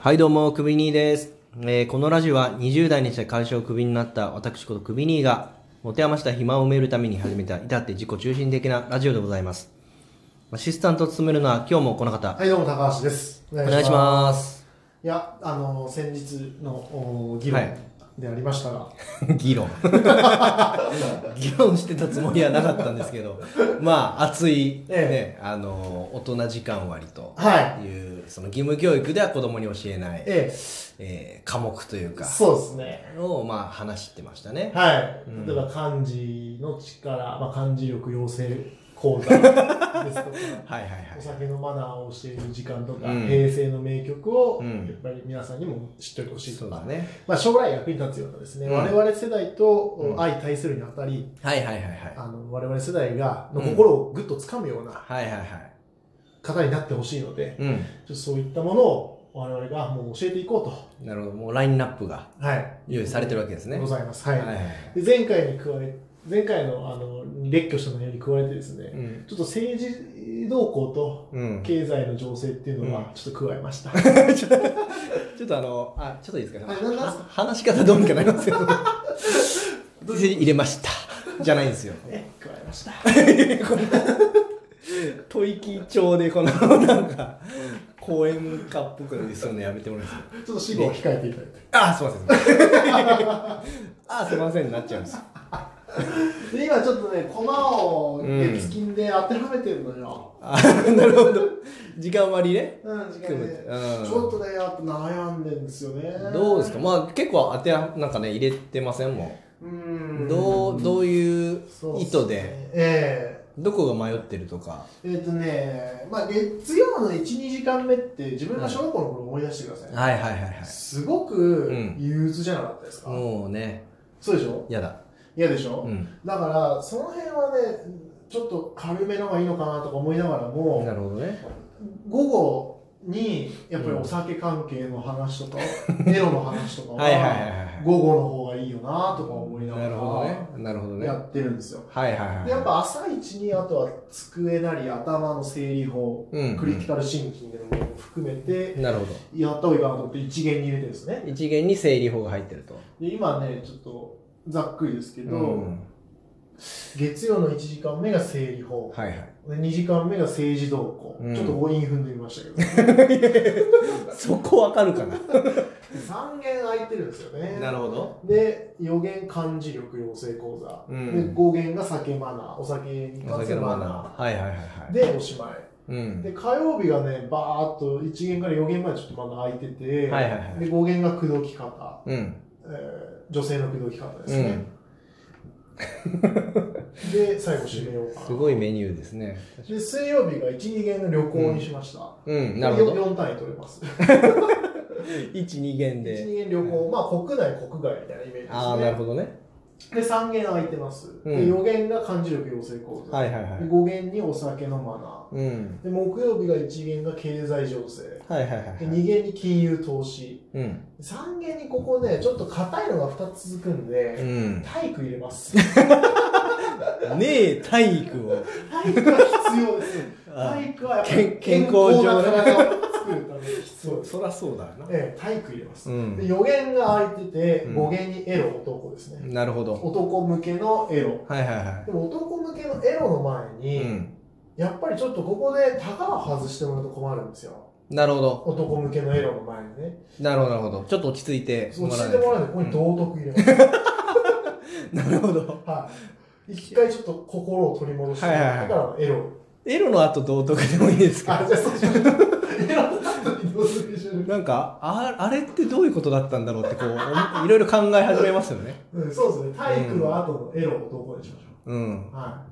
はいどうも、クビニーです。えーこのラジオは20代にして会社をクビになった私ことクビニーが持て余した暇を埋めるために始めた至って自己中心的なラジオでございます。アシスタントを務めるのは今日もこの方。はい、どうも高橋です。お。お願いしますす。いや、あの、先日のお議はい論でありましたが、議論。 議論してたつもりはなかったんですけど、まあ、熱い、ね、えあの、大人時間割とはいいう、その義務教育では子供に教えない、ええー科目というえ、か、そうですね。を、まあ、話してましたね。はい。うん例えば漢字の力、まあ、漢字力養成講座です とか、はいはいはい。お酒のマナーを教える時間とか、うん平成の名曲を、うやんっぱり皆さんにも知っておいてほしいそとうかだ、ね。まあ、将来役に立つようなですね、うん我々世代とおうん相対するにあたり、はいはいはいはい。あの我々世代がの心をぐっとつかむようなはいはいはい。方になってほしいので、うちょっとそういったものを我々がもう教えていこうと、ん。なるほど。もうラインナップがはい、用意されてるわけですね。ございます。はい。はいはいはい。で前回に加え、前回のあの列挙した内容に加えてですね、うん。ちょっと政治動向とうん、ち経済の情勢っていうのうはちょっと加え ました。ょっとあの、あ、ちょっといいですか、はいなんなんすは話し方どうにかなりますけど。入れました。じゃないんですよ。え加えました。吐息調でこの、なんか、公演歌っぽくですよね。やめてもらえますちょっと死後を控えていただいあ、すいません。 あ、すいませんになっちゃうんですよ。て。で、今ちょっとね、コマをうん月金で当てはめてるのよ。あ、なるほど。時間割りね。うん、時間組むで。うんちょっとね、やっぱ悩んでんですよね。どうですかまあ結構当てはなんかね入れてませんもう。うんどうどういうそう意っすね図で。ええどこが迷ってるとかえっ、とね、まあ、月曜の1、2時間目って、自分が小学校の頃思い出してください。はいはいはいはいすごうくん憂鬱じゃなかったですか、もうねそうでしょやだ嫌でしょ、うんだから、その辺はね、ちょっと軽めの方がいいのかなとか思いながらなも、るほどね午後に、やっぱりお酒関係の話とか、エロの話と かはいはいはいはは、い午後の方がいいよなとか思いなながるほどねら、なるほどねやってるんですよ。はいはいはいでやっぱ朝一にあとは机なり頭の整理法、うんクリティカルシンキングのものも含めてなるほやった方がいいかなと思って一元に入れてるんですねど一元に整理法が入ってるとで今ねちょっとざっくりですけど、うん月曜の1時間目が整理法、はいはいで2時間目が政治動向、うんちょっと誤飲踏んでみましたけど、そこわかるかな3元空いてるんですよねるほどで4元漢字力養成講座、うんで5元が酒マナーお酒にお関す酒るのママナーナーはいはいはいはいでおしまいうんで火曜日がねバーっと1限から4限までちょっとまだ空いてて、はいはいはいで5限が口説き方、うんえー女性の口説き方ですうねん、 で最後締めようかなすごいメニューですねで水曜日が12限の旅行にしました、うんなるほど 4, 単位取れます一二元で12限旅行、まあ国内国外みたいなイメージですねああなるほどねで3限空いてます、でうん4限が漢字力養成講座、はいはいはいで5限にお酒のマナうんーで木曜日が1限が経済情勢はいはいはいはでい2限に金融投資うん三元にここねちょっと硬いのが2つ続くんうで、ん体育入れますねえ体育を体育は必要ですあ体育はやっぱ健健康上なね体を作るために必要です、そらそうだよな ええ、体育入れます、うんで予言が空いててうん語源にエロ男ですね、なるほど男向けのエロはいはいはでも男向けのエロのい前に、うんやっぱりちょっとここで高を外してもらうと困るんですよなるほど男向けのエロの前にねなるほどなるほどちょっと落ち着いてそうも教らえわてないもらうとんでここに道徳入れます、なるほど はい一回ちょっと心を取り戻して、はいはいはいだからエロエロの後道徳でもいいですあ、かじゃあそうしましょう。いろんな後にどうするでしょう。なんかああれってどういうことだったんだろうってこうおいろいろ考え始めますよねうん、そうですね。体育の後のエロをどこにしましょうんう。は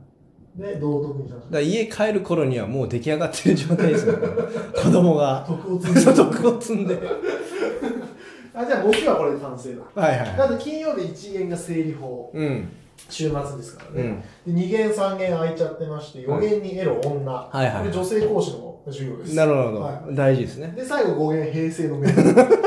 い。で、道徳にしまだしょから家帰る頃にはもう出来上がってる状態ですよね子供 う。が徳を積んで。徳を積んであ、じゃあ僕はこれで完成だ。はいはいなんで金曜日1限が整理法、うん週末ですからうね。んで2限、3限空いちゃってまして、4限にエロ、女。いはいはいこれ女性講師の授業です。なるほど、は大事ですねで、最後5限、平 成の名曲。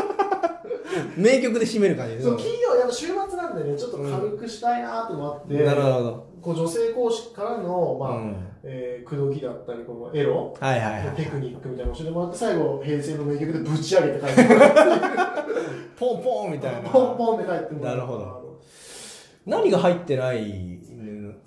名曲で締める感じですそう金曜、やっぱ週末なんでね、ちょっと軽くしたいなーってのもあって、なるほどこう女性講師からの、まあうんえー、口説きだったり、このエロはいはいはのテい。クニックみたいなのを教えてもらって、最後、平成の名曲でぶち上げて帰ってもらって、ポン ポンみたいな。ポンポンって帰ってもらって。なるほど何が入ってないや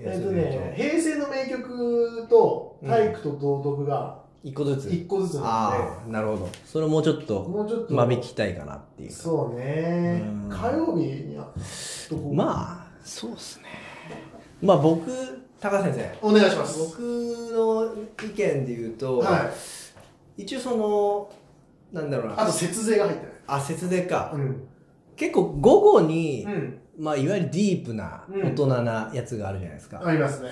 えつっとで言うね、平成の名曲と体育と道徳がと一個ずつ。一個ずつなんああ、なるほど。それをもうちょっで、ともうちょっと、間引きたいかなっていうか。そうねうん、火曜日には、どこまあ、そうっすね。まあ僕、高橋先生。お願いします。僕の意見で言うと、はい。一応その、なんだろうあな。と節税が入ってない。あ、節税か。うん。結構午後にう、ん。まあいわゆるディープなうん大人なやつがあるじゃないですか。ありますね。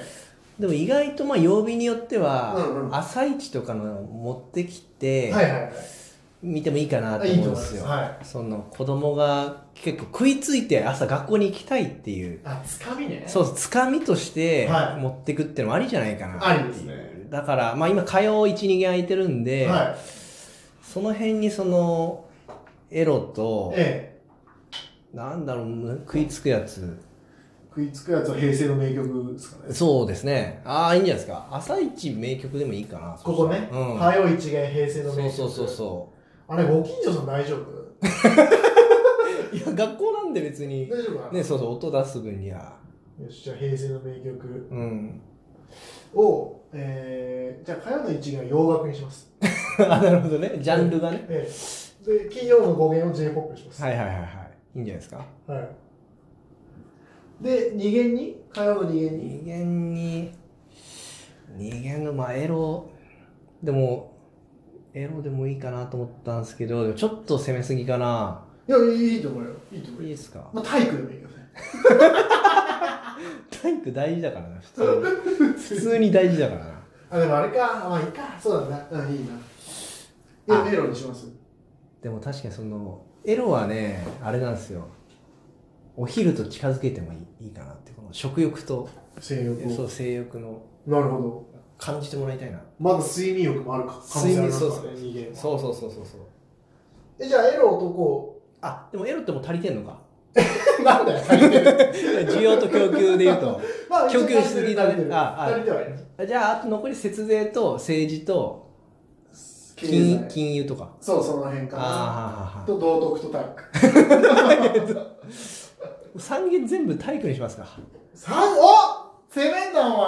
でも意外とまあ曜日によってうんうはん朝一とかの持ってきはていはいはい。見てもいいかなとあいい思とうんで思いますす。よ。はい。その子供が結構食いついて朝学校に行きたいっていうあ、つかみね。そうつかみとしてはい持ってくっていうのもありじゃないかなっていうありですねだからまあ今火曜12軒空いてるんで、はい。その辺にそのエロと、ええ。なんだろう食いつくやつ食いつくやつは平成の名曲ですかね。そうですねああいいんじゃないですか朝一名曲でもいいかなここね。うん火曜一元平成の名そう曲。そうそうそうあれ、ご近所さん大丈夫 いや学校なんで別大に丈夫かなねそうそう音出す分にはよし、じゃあ平成の名曲うん を、えー、じゃあ火曜の一元は洋楽にします。あなるほどねジャンルがねええ。で、金曜の語源を J-POP にします。はいはいはいはいいいんじゃないですかはい。で、二元に火曜の二元に二限に二限のまあエロでもエロでもいいかなと思ったんですけどでもちょっと攻めすぎかないや、いいと思うよ。いいと思いういよ。ですかまあ、体育でもいいけどね。体育大事だからな普通に普通に大事だからなあ、でもあれか。まあ、いいか。そうだな。うん、いいな。あで、メロにします。でも確かにそのエロはねあれなんですよお昼と近づけてもいいいいかなってこの食欲と性欲そう性欲のなるほど。感じてもらいたいなまだ睡眠欲もあるか。睡眠可能性ありますからそう人間はそうそうそうそうそうえ、じゃあ、エロ男。 あでもエロってもう足りてんのかなんだよ、足りてる。 需要と供給で言うとまあ、供給しすぎだね足りてるああ足りてはい る。じゃああと残り節税と政治と経金済金融とかそう、その辺かな。ああと、道徳と体育。 3元全部体育にしますか三お攻めんな、お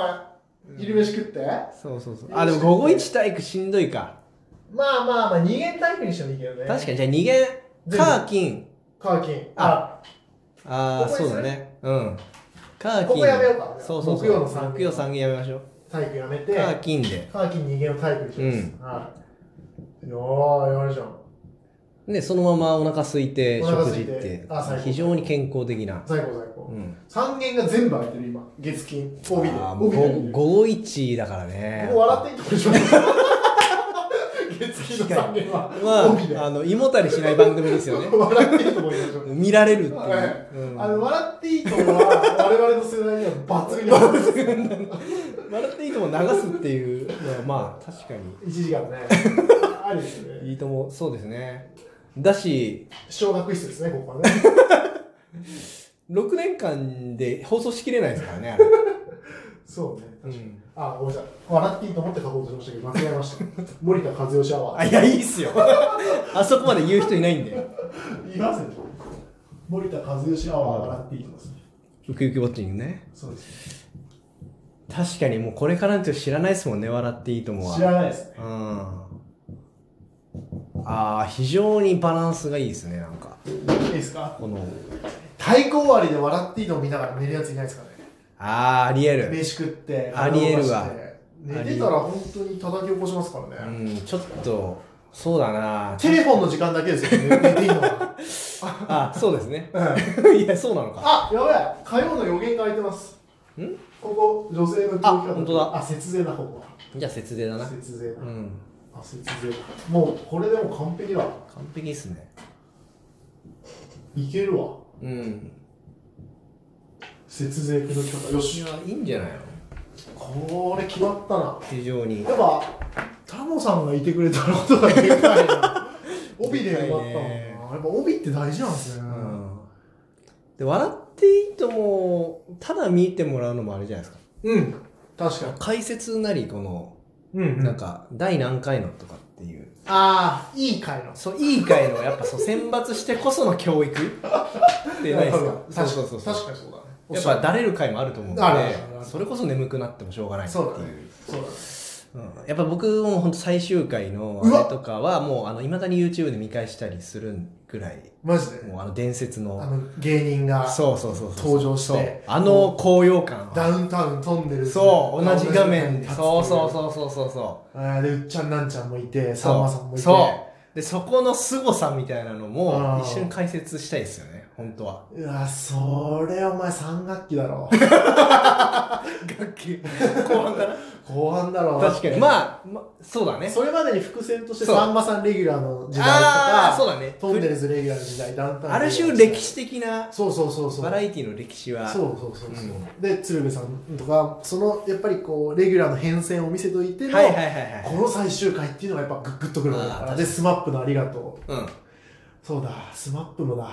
前。昼飯食って。そうそうそうあでも午後一体育しんどいかまあまあまあ、二元体育にしてもいいけどね。確かにじゃあ2元全部カー金カーキン。あああここそにうするだねうんカー金ここやめようかそうそうそう木曜の三元木曜3元やめましょう体育やめカて、ー金でカーキン人間を体育にします。はい。よーい、やるじゃん。でそのままお腹空いてお食腹空事っいててあ最高非常に健康的な、最高最う高。ん、三元が全部空いてる、今。月金。帯で。あーもう帯で見てる。こ551だからねこ笑っていいと こでしょ月金の三元は帯で。まあ、あの胃もたれしない番組ですよね笑っていいとこでしょ見られるっていう、はいうんあの、笑っていいとこは、我々の世代には抜群に合ってる。笑っていいとも流すっていうのはまあ確かに1時間 ね。ありですよね。いいともそうですねだし小学室ですね、ここは ね。 6年間で放送しきれないですからねあれ、そうね。うん、あ、ごめんなさい。笑っていいと思って書こうとしましたけど、間違えました。森田和義アワあー。いやいいっすよ あそこまで言う人いないんでいませんでしょ。森田和義アワー笑っていいと思いますね。ウキウキウォッチングねそうです。確かにもうこれからの人知らないですもんね笑っていいともは知らないですね。うんああ非常にバランスがいいですねなんかいいですかこの太鼓終わりで笑っていいと思見ながら寝るやついないですかね。ああありえる、飯食って、ありえるわ寝てたら本当に叩き起こしますからうね。ん、ちょっとそうだなテレフォンの時間だけですよ、ね、寝ていいのは。あそうですねう んいやそうなのかあ、やばい。火曜の予言が空いてます。んここ、女性の教育あ本当だあ、節税だ、ここは。じゃあ節税だな節税だう。んあ、節税だ。もう、これでも完璧だ。完璧っすねいけるわ。うん節税口説き方。よいし。やいいんじゃないのこれ決まったな。非常にやっぱ、タモさんがいてくれたことがでかい な。帯で埋まったもんな。でやっぱ帯って大事なんですね。うんで笑っていいともただ見てもらうのもあれじゃないですかうん。確かに。解説なり、この、うんなんか、第何回のとかっていう。ああ、いい回の。そう、いい回の、やっぱそう、選抜してこその教育ってないですなるかほど。そうそう確そかうにそう。確かにそうだね。やっぱ、だれる回もあると思うんであるあるあるあ、るそれこそ眠くなってもしょうがないっていそうだねう。。そうだね。うんやっぱ僕も本当最終回のあうわれとかはもうあの未だに YouTube で見返したりするぐらいマジで。もうあの伝説あのの、芸人が、そうそうそうそう登場してそうあの高揚感ダウンタウン飛んでる。そう同じ画面で立つっていそうそうそうそうそうそうう。あーで、うっちゃんなんちゃんもいて、さんまさんそもいうて。そうでそこの凄さみたいなのもうん一瞬解説したいですよね本当はうわ、それお前3学期だろ。楽器後半かな後半だろ。確かにまあまあそうだねそれまでに伏線としてそうさんまさんレギュラーの時代とああーそうか、だねトンネルズレギュラーの時代、ダウンタウンある種歴。史的なそうそうそうそう。バラエティの歴史はそうそうそうそう、うで鶴瓶さんとかそのやっぱりこうレギュラーの変遷を見せといての、はいはいはいはいこの最終回っていうのがやっぱグッグッとくるものだかあらーで SMAP の「ありがとううん」そうだ SMAP もだ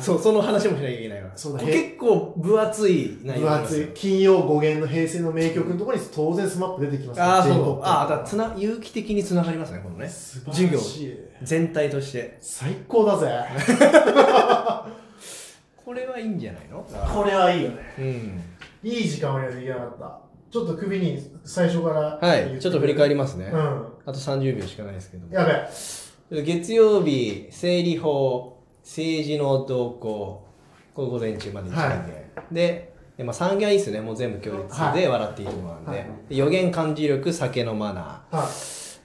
そう、その話もしなきゃいけないわ。そうだこれ結構分厚い内容分なんです厚よい金曜5弦の平成の名曲のところに当然 SMAP 出てきますああ、そう。 J-POP ああ、だからつな、有機的につながりますね、このね。素授晴業ら。しい全体として。最高だぜこれはいいんじゃないのこれはいいよねうん。いい時間をやできなかったちょっと首に最初からはい、ちょっと振り返りますね。うあんと30秒しかないですけども。やべえ月曜日、生理法、政治の動向、これ午前中まで1年で。で、でまあ、産業はいいですね。もう全部共立はいで笑っていいと思うんで。はいで予言漢字力、酒のマナー。はい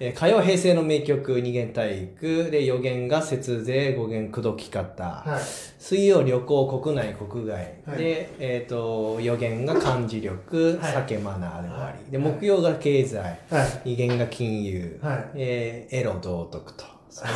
えー火曜平成の名曲二元体育で予言が節税語源口説き方、はい水曜旅行国内国外、はいで、えー、と予言が漢字力、はい酒マナーで終わり、はいで木曜が経済はい二元が金融、はいえーエロ道徳とそんな